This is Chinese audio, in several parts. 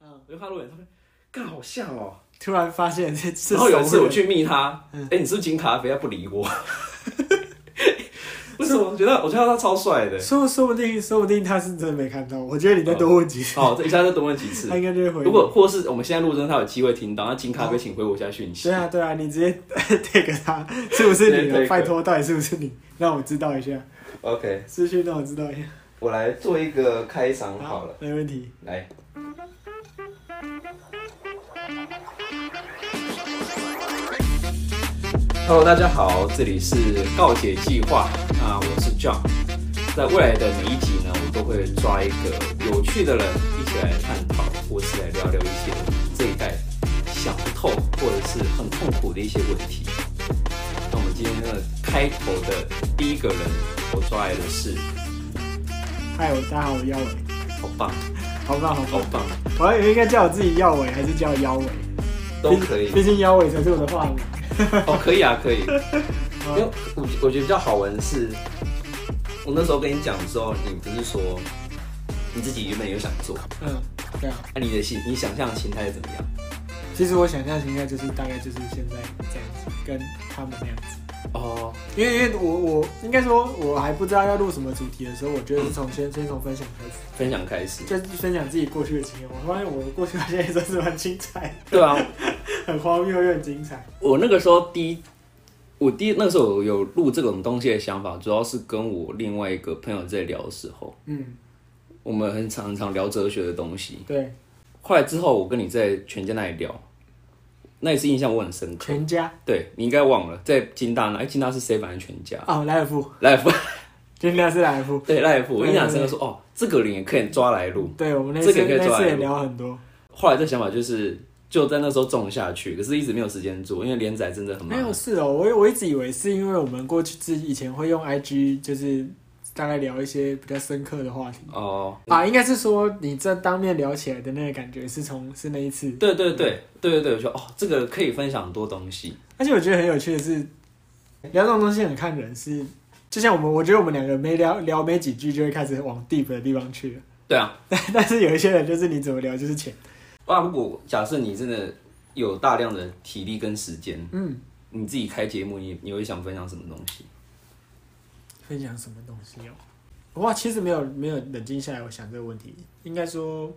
我就看他露脸照片，干好像哦。突然发现这是然后有一次熟我人去密他，哎、你是不是金咖啡？他不理我， 为什么？我觉得我觉得他超帅的。说说不定说不定他是真的没看到，我觉得你再多问几次，好，这一下再多问几 次他。应该就会回哦你。如果或是我们现在录真，他有机会听到，那金咖啡请回我一下讯息。对啊对啊，你直接 take 他是不是你直接的？ take 拜托，到底是不是你？让我知道一下， OK，私讯让我知道一下。我来做一个开场好了，，没问题。来。Hello，大家好，这里是告解计划，那我是 John。在未来的每一集呢，我都会抓一个有趣的人一起来探讨，或是来聊聊一些这一代想不透或者是很痛苦的一些问题。那我们今天的开头的第一个人，我抓来的是，嗨，我大家好，我耀伟，好棒，好棒好好棒。棒，我还以为应该叫我自己耀伟，还是叫腰伟？都可以毕。毕竟腰伟才是我的化名。哦，可以啊， 可以。因为我我觉得比较好玩的是，我那时候跟你讲的时候，你不是说你自己原本有想做，嗯，对啊。那、你的心你想象的心态是怎么样？其实我想象应该就是大概就是现在这样子，跟他们那样子。哦，因为因为我我应该说我还不知道要录什么主题的时候，我觉得是从先先从分享开始，分享开始。就是分享自己过去的经验。我发现我过去好像也算是蛮精彩， 对啊，很荒谬又很精彩。我那个时候第一，我第一那时候有录这种东西的想法，主要是跟我另外一个朋友在聊的时候，嗯，我们很常很常聊哲学的东西。对，后来之后，我跟你在全家那里聊，那一次印象我很深刻。全家对你应该忘了，在金大那，哎，金大是谁？反正全家。哦，莱尔富，赖夫，今天是莱尔富。 对赖夫，我嗯印象深刻说，哦，这个人也可以抓来录。对我们那嗯这次个也可以那抓来次也录聊很多，后来这想法就是就在那时候种下去，可是一直没有时间做，因为连载真的很没忙。有是哦，我我一直以为是因为我们过去自己以前会用 IG，就是大概聊一些比较深刻的话题哦，啊，应该是说你这当面聊起来的那个感觉是从是那一次，对对对对对对，我说哦，这个可以分享很多东西。而且我觉得很有趣的是，聊这种东西很看人是，就像我们，我觉得我们两个没聊聊没几句就会开始往 deep 的地方去了，对啊，但但是有一些人就是你怎么聊就是浅，哇，如果假设你真的有大量的体力跟时间，嗯，你自己开节目，你你会想分享什么东西？分享什么东西哦？哇，其实没有没有冷静下来，我想这个问题，应该说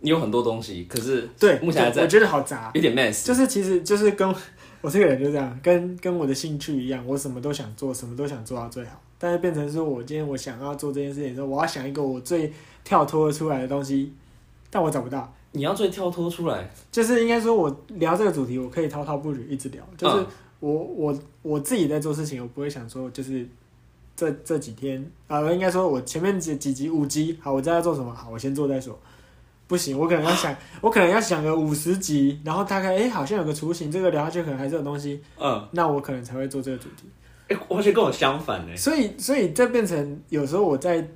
你有很多东西，可是对，目前还我在觉得好杂，有点 mess。就是其实就是跟我这个人就这样，跟跟我的兴趣一样，我什么都想做，什么都想做到最好。但是变成说我今天我想要做这件事情的时候，我要想一个我最跳脱出来的东西，但我找不到。你要最跳脱出来，就是应该说，我聊这个主题，我可以滔滔不绝一直聊。就是我我我自己在做事情，我不会想说就是这这几天啊、应该说我前面几几集五集，好，我知道要做什么，好，我先做再说。不行，我可能要想，我可能要想个五十集，然后大概哎、诶好像有个雏形，这个聊下去可能还是有东西，嗯，那我可能才会做这个主题。哎、完全跟我相反欸呢。所以，所以这变成有时候我在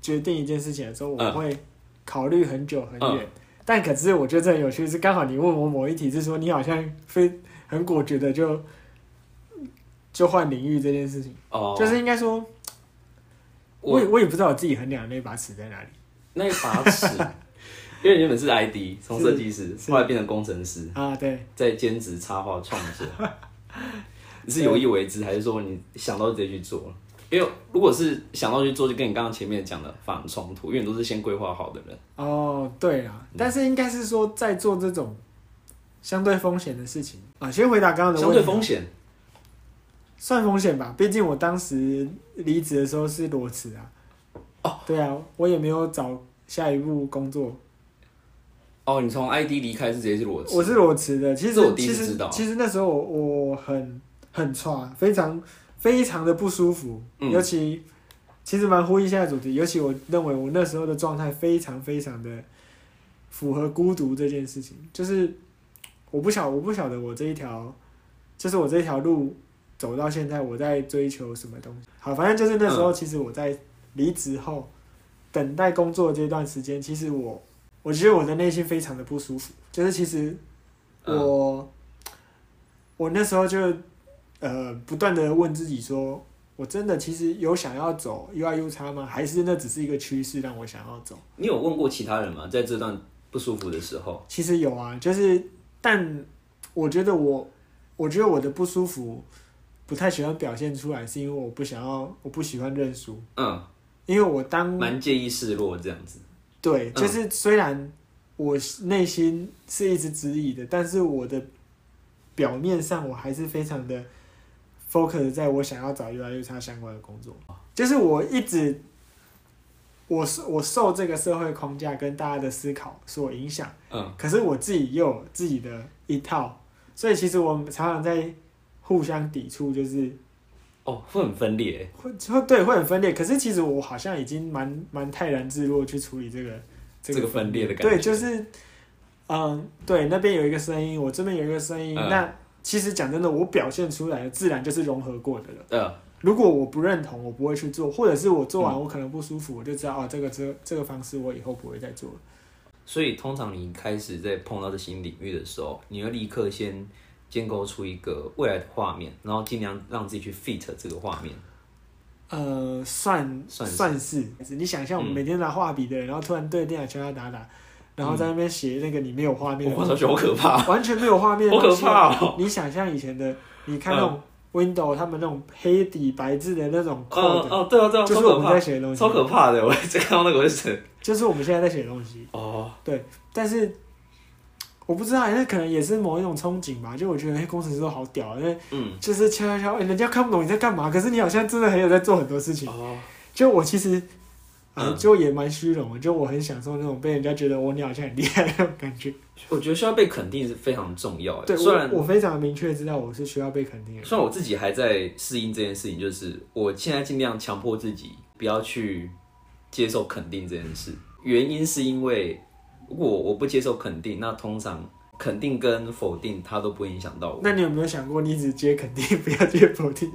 决定一件事情的时候，我嗯会考虑很久很嗯远。但可是我觉得这很有趣，是刚好你问我某一题，是说你好像非很果决的就就换领域这件事情，哦，就是应该说，我我也我也不知道我自己衡量的那把尺在哪里。那一把 尺，因为原本是 ID，从设计师是后来变成工程师，啊，对，再兼职插画创 作。你是有意为之，还是说你想到就直接去做了？因为如果是想到去做，就跟你刚刚前面讲的反冲突，因为你都是先规划好的人。哦，对啦，嗯但是应该是说在做这种相对风险的事情啊。先回答刚刚的相问对题，风险算风险吧，毕竟我当时离职的时候是裸辞啊。哦，对啊，我也没有找下一步工作，哦，你从 ID 离开是直接是裸辞，我是裸辞的。其实这我第一其次实知道其实那时候我我很很差，非常非常的不舒服，嗯尤其其实蛮呼应现在的主题，尤其我认为我那时候的状态非常非常的符合孤独这件事情，就是我不晓我不晓得我这一条，就是我这条路走到现在，我在追求什么东西。好，反正就是那嗯时候，其实我在离职后、等待工作这段时间，其实我我觉得我的内心非常的不舒服，就是其实嗯我、我那时候就呃不断的问自己说。我真的其实有想要走 U I U 叉吗？还是那只是一个趋势让我想要走？你有问过其他人吗？在这段不舒服的时候？其实有啊，就是，但我觉得我，我觉得我的不舒服不太喜欢表现出来，是因为我不想要，我不喜欢认输，嗯，因为我当蛮介意示弱这样子。对，嗯就是虽然我内心是一直质疑的，但是我的表面上我还是非常的 focus 在我想要找 U I U 叉相关的工作，就是我一直我是我受这个社会框架跟大家的思考所影响。嗯可是我自己又有自己的一套，所以其实我们常常在互相抵触，就是哦，会很分裂。会会对会很分裂。可是其实我好像已经蛮蛮泰然自若去处理这个这个分裂的感觉对，就是嗯，对，那边有一个声音，我这边有一个声音。嗯那其实讲真的，我表现出来的自然就是融合过的了。呃，如果我不认同，我不会去做，或者是我做嗯完我可能不舒服，我就知道哦，这个这这个方式我以后不会再做了。所以通常你开始在碰到这新领域的时候，你要立刻先建构出一个未来的画面，然后尽量让自己去 fit 这个画面。呃，算算是是你想象我们嗯每天拿画笔的人，然后突然对电脑敲敲打打，然后在那边写那个你没有画面的嗯我东操，西，好可怕，完全没有画面的啊好东可西。怕哦！你想象以前的，你看嗯那种 Window 他们那种黑底白字的那种哦 code，、哦，对啊对啊，就超是我可们在怕，写的东西超，可怕的！我这看到那个我就整就是我们现在在写的东西。哦，但是我不知道，那可能也是某一种憧憬吧。就我觉得，哎、工程师都好屌啊，那嗯就是敲敲敲，哎人家看不懂你在干嘛，可是你好像真的很有在做很多事情。哦，就我其实，呃，嗯就也蛮虚荣的，就我很享受那种被人家觉得我哦你好像很厉害的那种感觉。我觉得需要被肯定是非常重要的。对，虽然我我非常明确知道我是需要被肯定的。虽然我自己还在适应这件事情，就是我现在尽量强迫自己不要去接受肯定这件事。原因是因为如果我不接受肯定，那通常肯定跟否定它都不会影响到我。那你有没有想过，你只接肯定，不要接否 定？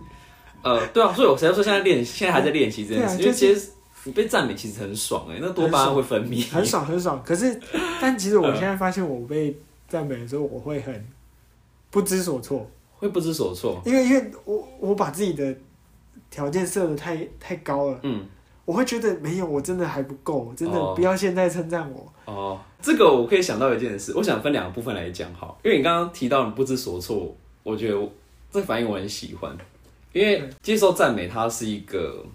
呃，对啊，所以我才说现在练，现在还在练习这件事，对因啊为就是其实你被赞美其实很爽哎、那多巴胺会分泌。很爽，很爽。可是，但其实我现在发现，我被赞美的时候，我会很不知所措，会不知所措，因为因为我我把自己的条件设的太太高了，嗯，我会觉得没有，我真的还不够，真的哦不要现在称赞我。哦，这个我可以想到一件事，我想分两个部分来讲好，因为你刚刚提到你不知所措，我觉得我这反应我很喜欢，因为接受赞美它是一个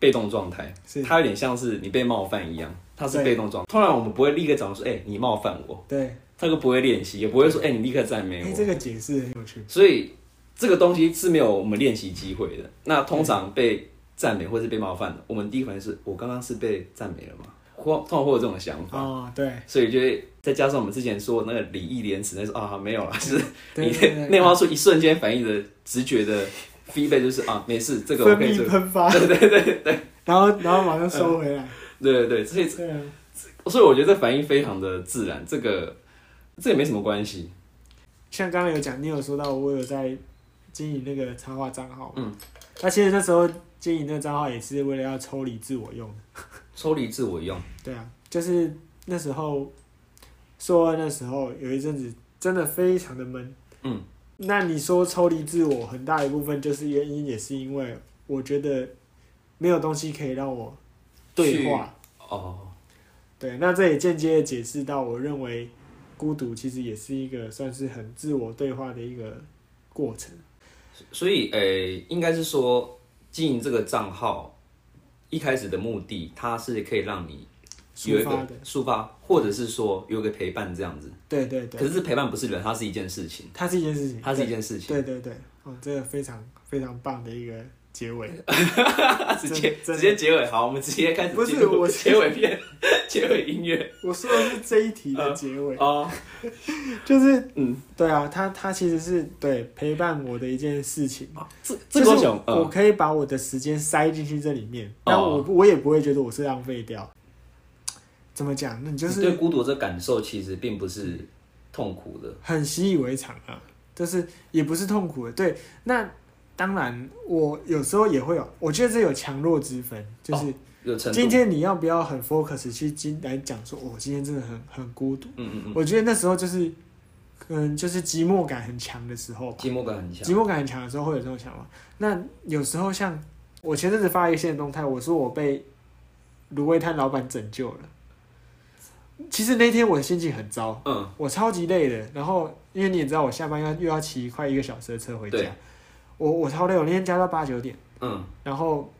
被动状态，是它有点像是你被冒犯一样，它是对被动状态。通常我们不会立刻讲说，哎、你冒犯我，对，这个不会练习，也不会说，哎、你立刻赞美哎、我，这个解释很有趣。所以这个东西是没有我们练习机会的。那通常被赞美或是被冒嗯犯的，我们第一反应是我刚刚是被赞美了吗？或通常会有这种想法。哦，对，所以就会再加上我们之前说的那个礼义廉耻，那是啊没有啦， 就是对你对对内化出一瞬间反应的直觉的 feedback 就是啊没事，这个我分可以做泌。喷发， 对对对对嗯然后然后马上收回来。对对，所以对啊，所以我觉得这反应非常的自然，这个这也没什么关系。像刚刚有讲，你有说到我有在经营那个插画账号，嗯，那其实那时候经营那个账号也是为了要抽离自我用的，抽离自我用，对啊，就是那时候说那时候有一阵子真的非常的闷，嗯，那你说抽离自我，很大一部分就是原因也是因为我觉得没有东西可以让我对话，哦，对，那这也间接的解释到，我认为孤独其实也是一个算是很自我对话的一个过程。所以诶、应该是说经营这个账号一开始的目的，它是可以让你有抒一发个的，抒发，或者是说有一个陪伴这样子。对对对，可是这陪伴不是人，它是一件事情。它是一件事情，它是一件事情，对对对，哦，这个非常非常棒的一个结尾。 直接真直的接结尾，好，我们直接开始不是进入我结尾片， 结尾音乐我说的是这一题的结尾，哦，就是嗯，对啊，它它其实是对陪伴我的一件事情，这这就个我是想，我嗯，可以把我的时间塞进去这里面，但我哦不我也不会觉得我是浪费掉。怎么讲？那你就你是对孤独这感受其实并不是痛苦的，很习以为常啊，就是也不是痛苦的。对，那当然我有时候也会有，我觉得这有强弱之分，就是有程度，今天你要不要很 focus 去今来讲说，我、今天真的很很孤独。嗯嗯嗯，我觉得那时候就是，嗯，就是寂寞感很强的时候吧，寂寞感很强，寂寞感很强的时候会有这种想法。那有时候像我前阵子发了一个现实动态，我说我被卤味摊老板拯救了。其实那天我的心情很糟，嗯，我超级累的。然后因为你也知道，我下班要又要骑快一个小时的车回家对，我我超累，我那天加到八九点。嗯，然后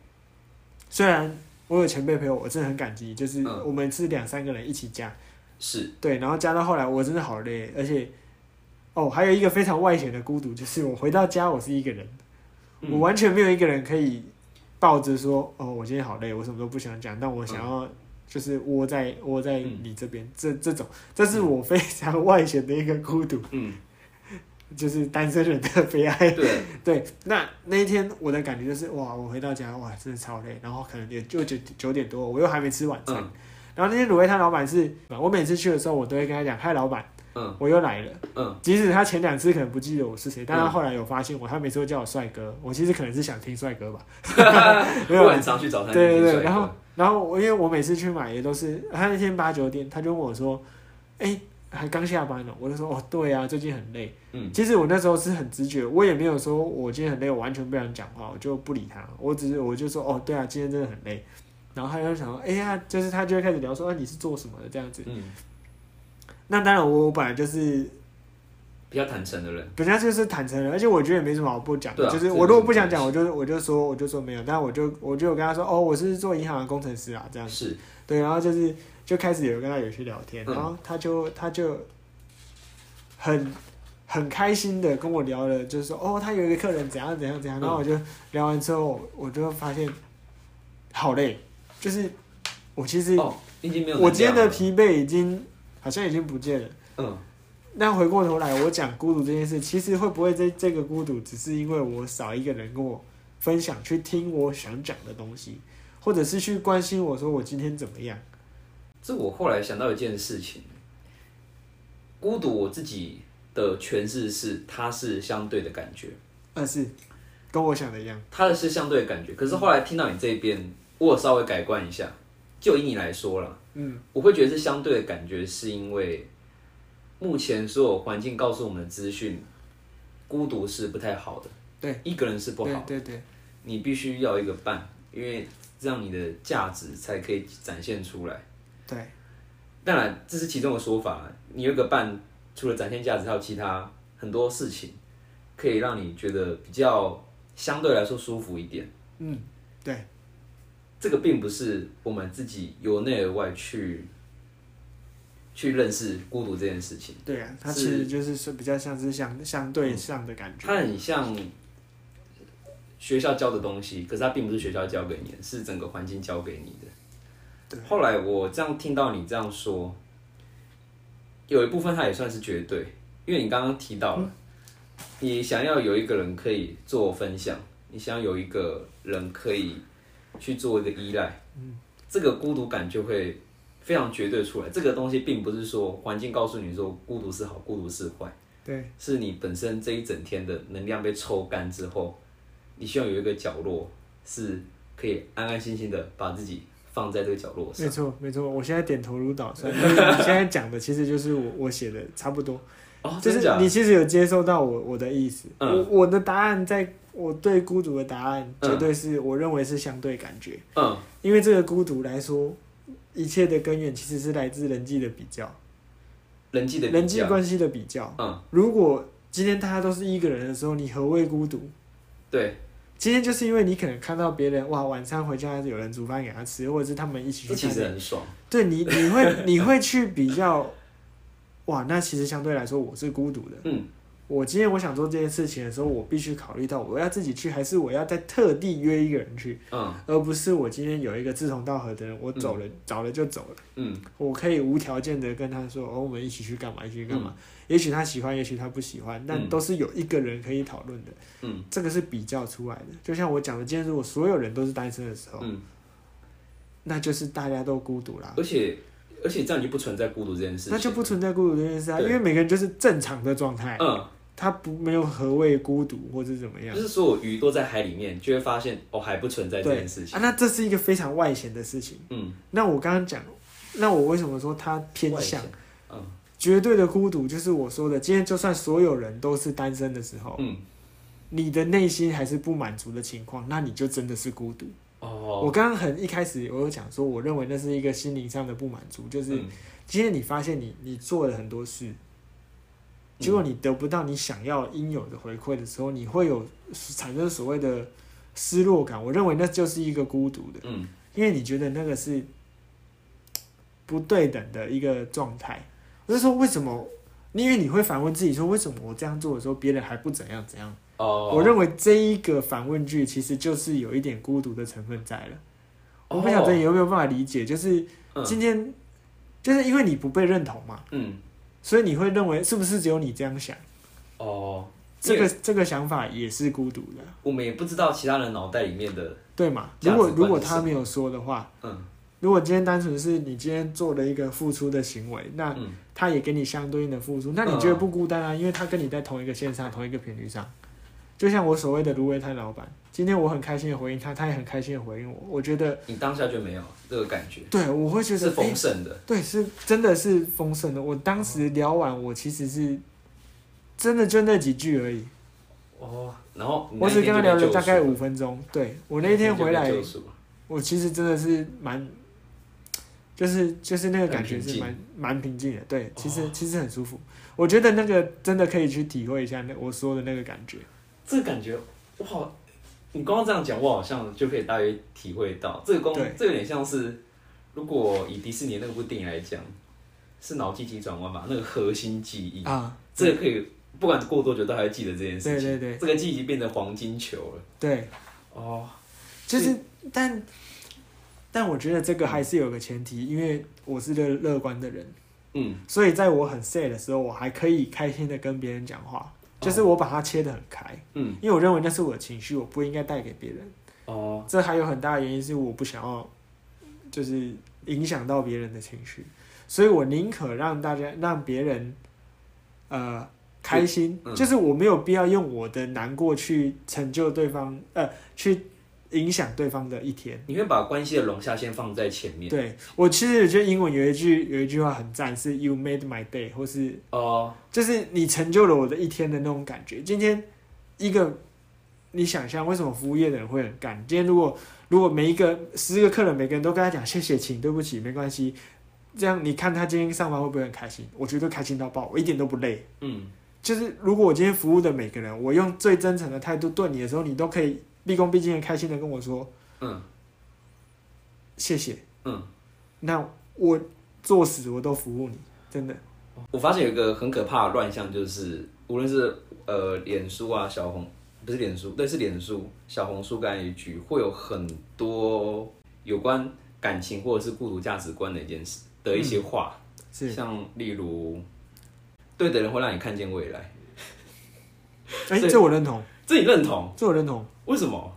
虽然我有前辈陪我，我真的很感激，就是嗯我们是两三个人一起加，是，对，然后加到后来我真的好累，而且哦，还有一个非常外显的孤独，就是我回到家我是一个人，嗯我完全没有一个人可以抱着说哦，我今天好累，我什么都不想讲，但我想要。就是窝在窝在嗯你这边，这这种，这是我非常外显的一个孤独，嗯，就是单身人的悲哀。对，对，那那一天我的感觉就是哇，我回到家哇，真的超累，然后可能也就九九点多，我又还没吃 晚餐。嗯然后那天卤味摊老板是，我每次去的时候，我都会跟他讲：“嗨，老板，嗯我又来了。嗯”即使他前两次可能不记得我是谁，但他嗯后来有发现我，他每次都叫我帅哥。我其实可能是想听帅 哥吧，没有我啦很常去早餐店对对吃帅对，然后哥，然后我因为我每次去买也都是他那天八九点，他就问我说：“哎、还刚下班呢、我就说：“哦，对啊，最近很累。”嗯其实我那时候是很直觉，我也没有说我今天很累，我完全不想讲话，我就不理他，我只是我就说：“哦，对啊，今天真的很累。”然后他就想说：“哎呀，就是他就会开始聊说，啊，你是做什么的这样子。嗯，”那当然我，我本来就是比较坦诚的人，本来就是坦诚的，而且我觉得也没什么好不讲的，对啊就是这我如果不想这讲，我就我就说我就说没有，但我就我就有跟他说：“哦，我是做银行的工程师啊，这样子。”是，对，然后就是就开始有跟他有去聊天，嗯然后他就他就很很开心的跟我聊了，就是说哦，他有一个客人怎样怎样怎样，嗯然后我就聊完之后，我就发现好累，就是我其实、哦，已经没有能量了，我今天的疲惫已经好像已经不见了。嗯，那回过头来，我讲孤独这件事，其实会不会这这个孤独，只是因为我少一个人跟我分享，去听我想讲的东西，或者是去关心我说我今天怎么样？这我后来想到一件事情，孤独我自己的诠释是，它是相对的感觉，但是跟我想的一样。它的是相对的感觉。可是后来听到你这边，我有稍微改观一下，就以你来说啦，嗯，我会觉得是相对的感觉，是因为目前所有环境告诉我们的资讯，孤独是不太好的，对，一个人是不好的，对对对，你必须要一个伴，因为让你的价值才可以展现出来。对当然，这是其中的说法啦。你有一个伴，除了展现价值，还有其他很多事情，可以让你觉得比较相对来说舒服一点。嗯，对，这个并不是我们自己由内而外去去认识孤独这件事情，对啊，它是嗯其实就是说比较像是相相对上的感觉。它很像学校教的东西，可是它并不是学校教给你的，是整个环境教给你的。对，后来我这样听到你这样说，有一部分它也算是绝对，因为你刚刚提到了，嗯你想要有一个人可以做分享，你想要有一个人可以去做一个依赖，嗯这个孤独感就会非常绝对出来。这个东西并不是说环境告诉你说孤独是好，孤独是坏，对是你本身这一整天的能量被抽干之后，你希望有一个角落是可以安安心心的把自己放在这个角落上没。错没错，我现在点头如捣蒜。因为你现在讲的其实就是我我写的差不多，哦，就真是的假的你其实有接收到我我的意思。嗯我我的答案在我对孤独的答案，嗯绝对是我认为是相对感觉，嗯，因为这个孤独来说，一切的根源其实是来自人际的比较，人际的比较人际关系的比较。嗯，如果今天大家都是一个人的时候，你何谓孤独？对，今天就是因为你可能看到别人哇，晚餐回家有人煮饭给他吃，或者是他们一起这去其看实电影，很爽。对你 你会你会去比较，哇，那其实相对来说我是孤独的。嗯，我今天我想做这件事情的时候，我必须考虑到我要自己去，还是我要再特地约一个人去，嗯而不是我今天有一个志同道合的人，我走了、找了就走了。嗯我可以无条件的跟他说，哦，我们一起去干嘛，一起去干嘛。也许他喜欢，也许他不喜欢，但嗯都是有一个人可以讨论的。嗯这个是比较出来的。就像我讲的，今天如果所有人都是单身的时候，嗯，那就是大家都孤独啦，而且而且这样你就不存在孤独这件事情，啊那就不存在孤独这件事啊，因对为每个人就是正常的状态，嗯，他不没有何谓孤独或者怎么样就。是所有鱼都在海里面，就会发现哦，海不存在这对件事情啊，。那这是一个非常外显的事情。嗯，那我刚刚讲，那我为什么说他偏外向显。嗯绝对的孤独？就是我说的，今天就算所有人都是单身的时候，嗯你的内心还是不满足的情况，那你就真的是孤独。哦，我刚刚很一开始我有讲说，我认为那是一个心灵上的不满足，就是嗯今天你发现你你做了很多事，结果你得不到你想要应有的回馈的时候，你会有产生所谓的失落感。我认为那就是一个孤独的，嗯因为你觉得那个是不对等的一个状态。我就说为什么？因为你会反问自己说，为什么我这样做的时候，别人还不怎样怎样？哦，我认为这一个反问句其实就是有一点孤独的成分在了。我不晓得你有没有办法理解，就是哦嗯今天，就是因为你不被认同嘛，嗯所以你会认为是不是只有你这样想？哦，这因个这个想法也是孤独的，我们也不知道其他人脑袋里面的对吗？价值如果观如果是什么他没有说的话，嗯如果今天单纯是你今天做了一个付出的行为，那嗯他也给你相对应的付出，那你觉得不孤单啊？因为他跟你在同一个线上、同一个频率上。就像我所谓的芦苇摊老板，今天我很开心的回应他，他也很开心的回应我。我觉得，你当下就没有这个感觉，对我会觉得是诶丰盛的，对，是真的是丰盛的。我当时聊完，我其实是真的就那几句而已，哦，然后你那我只一跟天他就聊了被大概救赎五分钟。对我那天回来你就，被救赎了我其实真的是蛮，就是就是那个感觉很平是静哦蛮蛮平静的。对，其实其实很舒服。我觉得那个真的可以去体会一下那我说的那个感觉。这个感觉，我好，你刚刚这样讲，我好像就可以大约体会到这个工对，这有点像是，如果以迪士尼那部电影来讲，是脑筋急转弯嘛，那个核心记忆，啊，这个可以不管过多久都还会记得这件事情，对对对这个记忆已经变成黄金球了。对，哦，就是但但我觉得这个还是有个前提，因为我是乐乐观的人。嗯，所以在我很 sad 的时候，我还可以开心的跟别人讲话，就是哦我把它切得很开，嗯，因为我认为那是我的情绪，我不应该带给别人。哦，这还有很大的原因是我不想要，就是影响到别人的情绪，所以我宁可让大家让别人，呃，开心，嗯就是我没有必要用我的难过去成就对方，呃，去影响对方的一天。你会把关系的容下先放在前面。对我其实觉得英文有一句有一句话很赞，是 "You made my day" 或是哦，就是你成就了我的一天的那种感觉。今天一个，你想象为什么服务业的人会很干？今天如果如果每一个十个客人，每个人都跟他讲谢谢，请对不起，没关系，这样你看他今天上班会不会很开心？我觉得开心到爆，我一点都不累。嗯，就是如果我今天服务的每个人，我用最真诚的态度对你的时候，你都可以毕恭毕敬的、开心的跟我说嗯，谢谢。嗯，那我作死我都服务你，真的。我发现有一个很可怕的乱象，就是无论是呃脸书啊、小红，不是脸书，对，是脸书、小红书跟 IG，会有很多有关感情或者是孤独价值观的一件事的一些话，嗯是，像例如，对的人会让你看见未来，哎、对这我认同，这你认同？这我认同。为什么？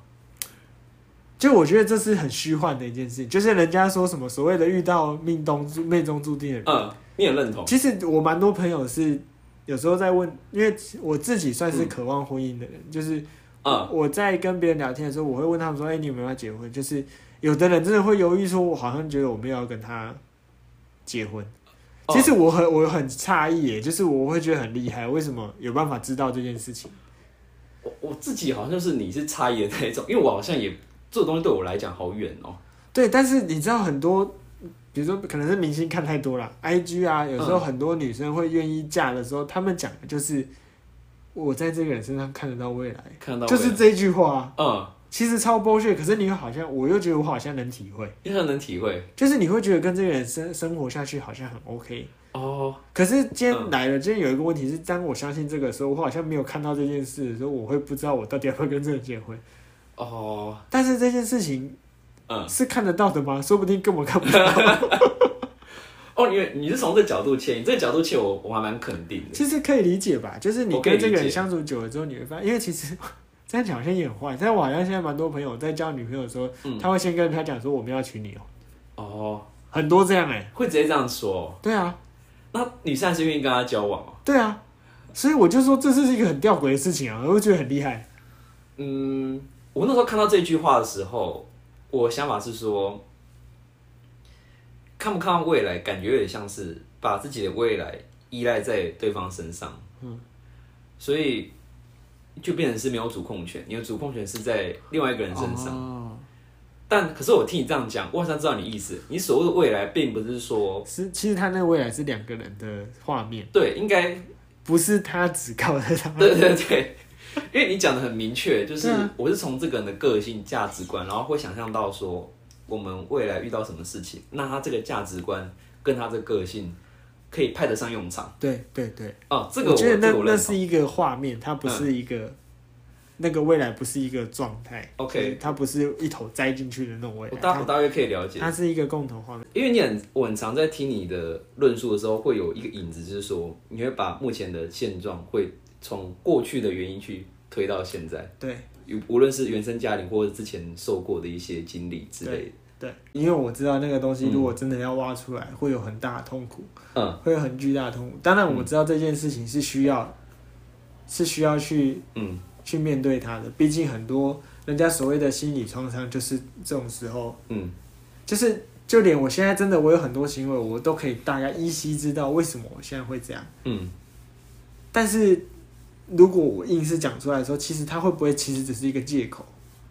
就我觉得这是很虚幻的一件事情，就是人家说什么所谓的遇到命中注命中注定的人，嗯，你也认同？其实我蛮多朋友是有时候在问，因为我自己算是渴望婚姻的人，就是嗯，我在跟别人聊天的时候，我会问他们说：“哎、你有没有要结婚？”就是有的人真的会犹豫说：“我好像觉得我没有要跟他结婚。”哦其实我很我很诧异耶，就是我会觉得很厉害，为什么有办法知道这件事情？我我自己好像是你是差异的那一种，因为我好像也这东西对我来讲好远哦。对，但是你知道很多，比如说可能是明星看太多了，IG 啊，有时候嗯很多女生会愿意嫁的时候，她们讲的就是我在这个人身上看得到未来，看到就是未来这一句话啊、嗯，其实超 bullshit，可是你又好像，我又觉得我好像能体会，你很能体会就是你会觉得跟这个人生生活下去好像很 OK。哦。可是今天嗯来了，今天有一个问题是，当我相信这个的时候，我好像没有看到这件事的时候，我会不知道我到底要不要跟这个人结婚。哦，但是这件事情嗯，是看得到的吗？说不定根本看不到。哦，你你是从这角度切，你这角度切我我还蛮肯定的。其实可以理解吧，就是你我可以跟理解这个人相处久了之后，你会发现，因为其实 这样讲好像也很坏，但我好像现在蛮多朋友在交女朋友的时候，嗯他会先跟他讲说我们要娶你哦、哦，很多这样哎、会直接这样说、哦。对啊，那女生还是愿意跟他交往哦？对啊，所以我就说这是一个很吊诡的事情啊，我就觉得很厉害，嗯，我那时候看到这句话的时候，我想法是说，看不看到未来，感觉有点像是把自己的未来依赖在对方身上。嗯，所以就变成是没有主控权，你的主控权是在另外一个人身上。哦但可是我听你这样讲，我好像知道你意思。你所谓的未来，并不是说是其实他那未来是两个人的画面，对，应该不是他只靠着他。 对对对，因为你讲的很明确，就是对啊嗯我是从这个人的个性、价值观，然后会想象到说我们未来遇到什么事情，那他这个价值观跟他这个个性可以派得上用场对对对，啊、这个我我觉得那这个我那认同。嗯是一个画面，它不是一个、那个未来不是一个状态。 OK 就是它不是一头栽进去的那种未我来，大我它大约可以了解，它是一个共同画面。因为你很我很常在听你的论述的时候，会有一个影子，就是说你会把目前的现状会从过去的原因去推到现在。对无论是原生家庭或者之前受过的一些经历之类的。对，因为我知道那个东西如果真的要挖出来，会有很大的痛苦。嗯会有很巨大的痛苦。当然，我知道这件事情是需要，是需要去嗯，去面对它的。毕竟很多人家所谓的心理创伤，就是这种时候，嗯，就是就连我现在真的，我有很多行为，我都可以大概依稀知道为什么我现在会这样。嗯，但是如果我硬是讲出来的时候，其实它会不会其实只是一个借口？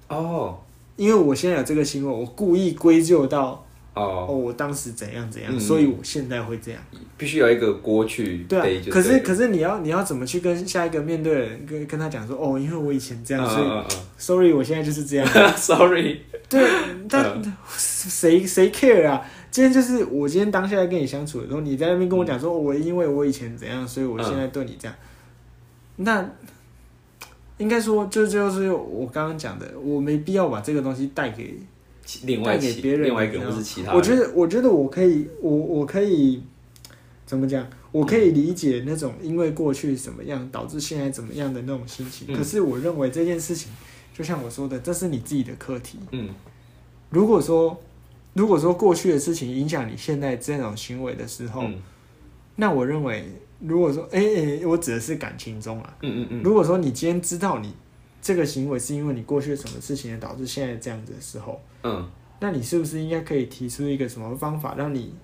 哦因为我现在有这个行为，我故意归咎到哦，哦，我当时怎样怎样，嗯所以我现在会这样。必须有一个锅去对啊背，就可是对了可是你要你要怎么去跟下一个面对的人跟跟他讲说哦，因为我以前这样，所以嗯嗯 sorry，我现在就是 这样。嗯，sorry，对，但啊谁谁 care 啊？今天就是我今天当下在跟你相处的时候，你在那边跟我讲嗯说、哦，我因为我以前怎样，所以我现在对你这样。那应该说，就就是我刚刚讲的，我没必要把这个东西带给其另外带给其别人另外一个你知人道或是其他人，我觉得，我觉得我可以，我我可以怎么讲？我可以理解那种因为过去怎么样导致现在怎么样的那种心情。嗯可是我认为这件事情，就像我说的，这是你自己的课题。嗯如果说，如果说过去的事情影响你现在这种行为的时候，嗯那我认为，如果说，哎、诶我指的是感情中啊。嗯嗯嗯，如果说你今天知道你这个行为是因为你过去什么事情而导致现在这样子的时候，嗯那你是不是应该可以提出一个什么方法，让你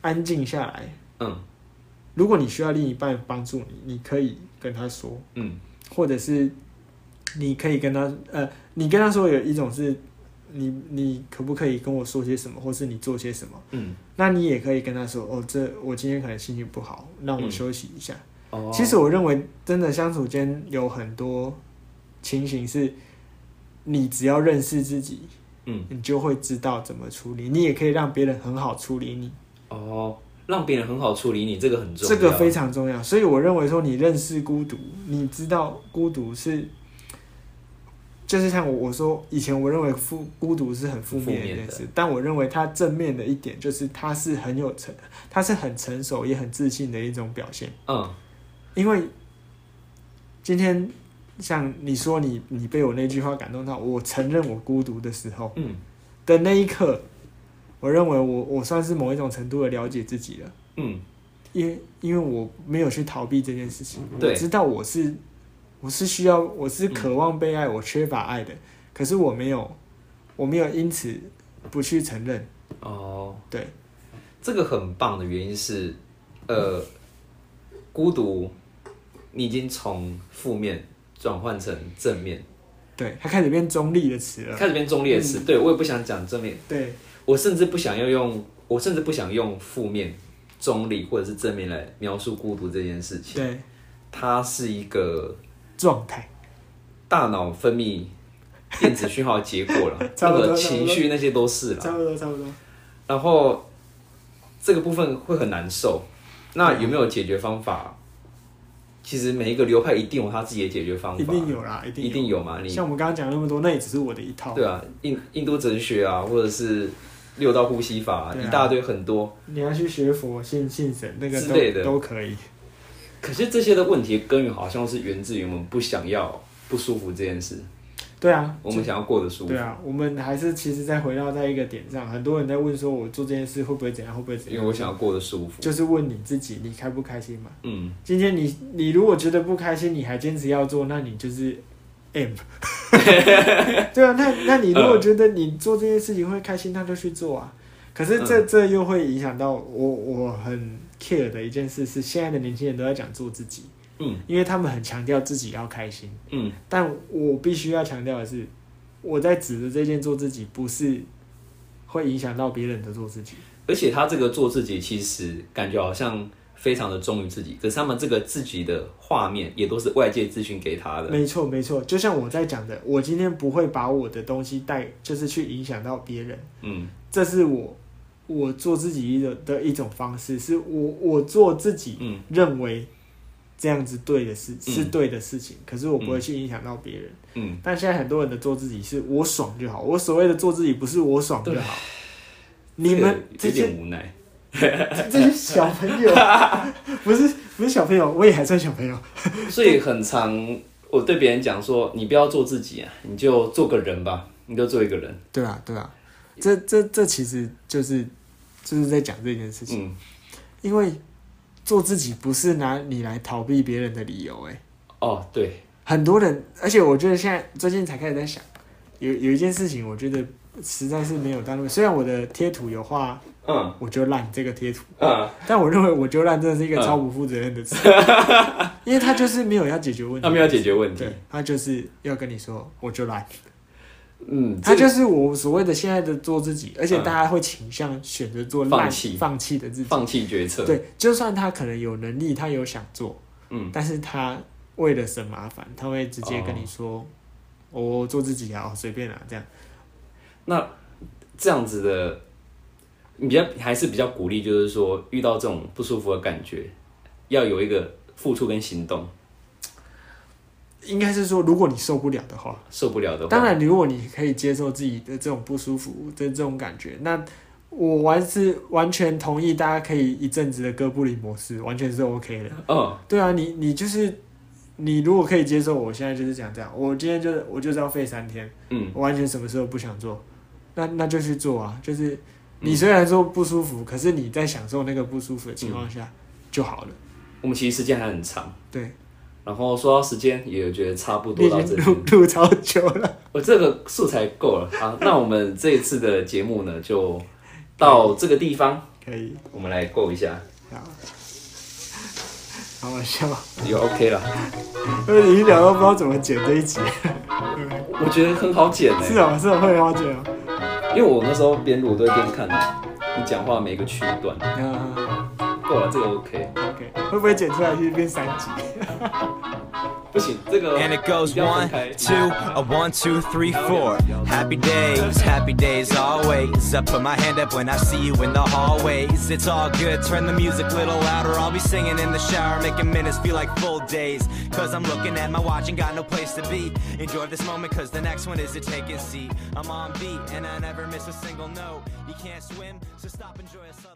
安静下来？嗯如果你需要另一半帮助你，你可以跟他说，嗯或者是你可以跟他，呃，你跟他说有一种是你，你可不可以跟我说些什么，或是你做些什么？嗯，那你也可以跟他说，哦，这我今天可能心情不好，让我休息一下。哦，其实我认为，真的相处间有很多情形是，你只要认识自己，嗯你就会知道怎么处理。你也可以让别人很好处理你，哦，让别人很好处理你，这个很重要，这个非常重要。所以我认为说，你认识孤独，你知道孤独是，就是像我我说以前我认为负孤独是很负面的一件负事，但我认为它正面的一点就是它是很有成，它是很成熟也很自信的一种表现。嗯因为今天像你说你你被我那句话感动到，我承认我孤独的时候嗯的那一刻，我认为我我算是某一种程度的了解自己了，嗯因为因为我没有去逃避这件事情，我嗯对知道我是我是需要我是渴望被爱，我缺乏爱的，可是我没有我没有因此不去承认，哦，对，这个很棒的原因是，呃，孤独，你已经从负面转换成正面，对，它开始变中立的词了，开始变中立的词。嗯对我也不想讲正面，对我甚至不想要用，我甚至不想用负面、中立或者是正面来描述孤独这件事情。对，它是一个状态。，大脑分泌电子讯号的结果了 差不多那个差不情多绪那些都是了。差不多，差不多。然后这个部分会很难受。那有没有解决方法？其实每一个流派一定有他自己的解决方法，一定有啦，一定一定有嘛？你像我们刚刚讲那么多，那也只是我的一套。对啊，印印度哲学啊，或者是六道呼吸法、对啊一大堆很多。你要去学佛、信信神，那个之都类的都可以。可是这些的问题根源好像是源自于我们不想要不舒服这件事，对啊，我们想要过得舒服对，啊，我们还是其实再回到在一个点上，很多人在问说，我做这件事会不会怎样，会不会怎因为样？我想要过得舒服。就是问你自己，你开不开心嘛？嗯，今天你你如果觉得不开心，你还坚持要做，那你就是 M。对啊，那那你如果觉得你做这件事情会开心，那就去做啊。可是嗯这这又会影响到我我很 care 的一件事是，现在的年轻人都在讲做自己，嗯，因为他们很强调自己要开心，嗯，但我必须要强调的是，我在指的这件做自己，不是会影响到别人的做自己。而且他这个做自己，其实感觉好像非常的忠于自己，可是他们这个自己的画面也都是外界资讯给他的。没错，没错，就像我在讲的，我今天不会把我的东西带，就是去影响到别人。嗯，这是我我做自己的的一种方式，是我我做自己嗯认为这样子对的事、嗯是对的事情，可是我不会去影响到别人。嗯，但现在很多人的做自己是我爽就好，我所谓的做自己不是我爽就好。你们这这个有些点无奈。这些小朋友， 不是不是小朋友，我也还算小朋友。所以很常我对别人讲说，你不要做自己啊，你就做个人吧，你就做一个人。对啊，对啊，这这这其实就是就是在讲这件事情，嗯，因为做自己不是拿你来逃避别人的理由、欸，哦，对，很多人，而且我觉得现在最近才开始在想，有有一件事情，我觉得实在是没有到那么。虽然我的贴图有画嗯我就烂这个贴图，嗯，但我认为我就烂真的是一个嗯超不负责任 的词，因为他就是没有要解决问题，他们要解决问题对。他就是要跟你说我就烂，嗯，他这个就是我所谓的现在的做自己，而且嗯大家会倾向选择做烂放弃嗯放弃的自己，放弃决策。，对，就算他可能有能力，他有想做，嗯，哦但是他为了省麻烦，他会直接跟你说：“我做自己啊，哦随便啊，这样。这样子的，你比较还是比较鼓励，就是说遇到这种不舒服的感觉，要有一个付出跟行动。”应该是说，如果你受不了的话，受不了的话，当然，如果你可以接受自己的这种不舒服的这种感觉，那我完是完全同意，大家可以一阵子的哥布林模式，完全是 OK 的。嗯，对啊，你你就是你，如果可以接受，我现在就是讲这样，我今天就是我就是要废三天，嗯，我完全什么事都不想做，那那就去做啊。嗯就是你虽然说不舒服，可是你在享受那个不舒服的情况下嗯就好了。我们其实时间还很长，对，然后说到时间，也觉得差不你多已到这经边，录录超久了，我这个素材够了。好，那我们这一次的节目呢，就到这个地方，可以，我们来够一下，好，好好笑，也 OK 了。因为你一聊都不知道怎么剪这一集， 我觉得很好剪诶、是啊，是啊，会好剪啊。因为我那时候边录都会边看你讲话每个区段，那够了，这个 OK。嗯 OK，会不会剪出来就是变三集？不行，这个 And it goes 一定要分 one, 开 two, a one, two, three, four. Happy days, happy days always. I put my hand up when I see you in the hallways. It's all good, turn the music a little louder. I'll be singing in the shower, making minutes feel like full days. Cause I'm looking at my watch and got no place to be. Enjoy this moment, cause the next one is a taken seat. I'm on beat and I never miss a single note. You can't swim, so stop, enjoy a subtle.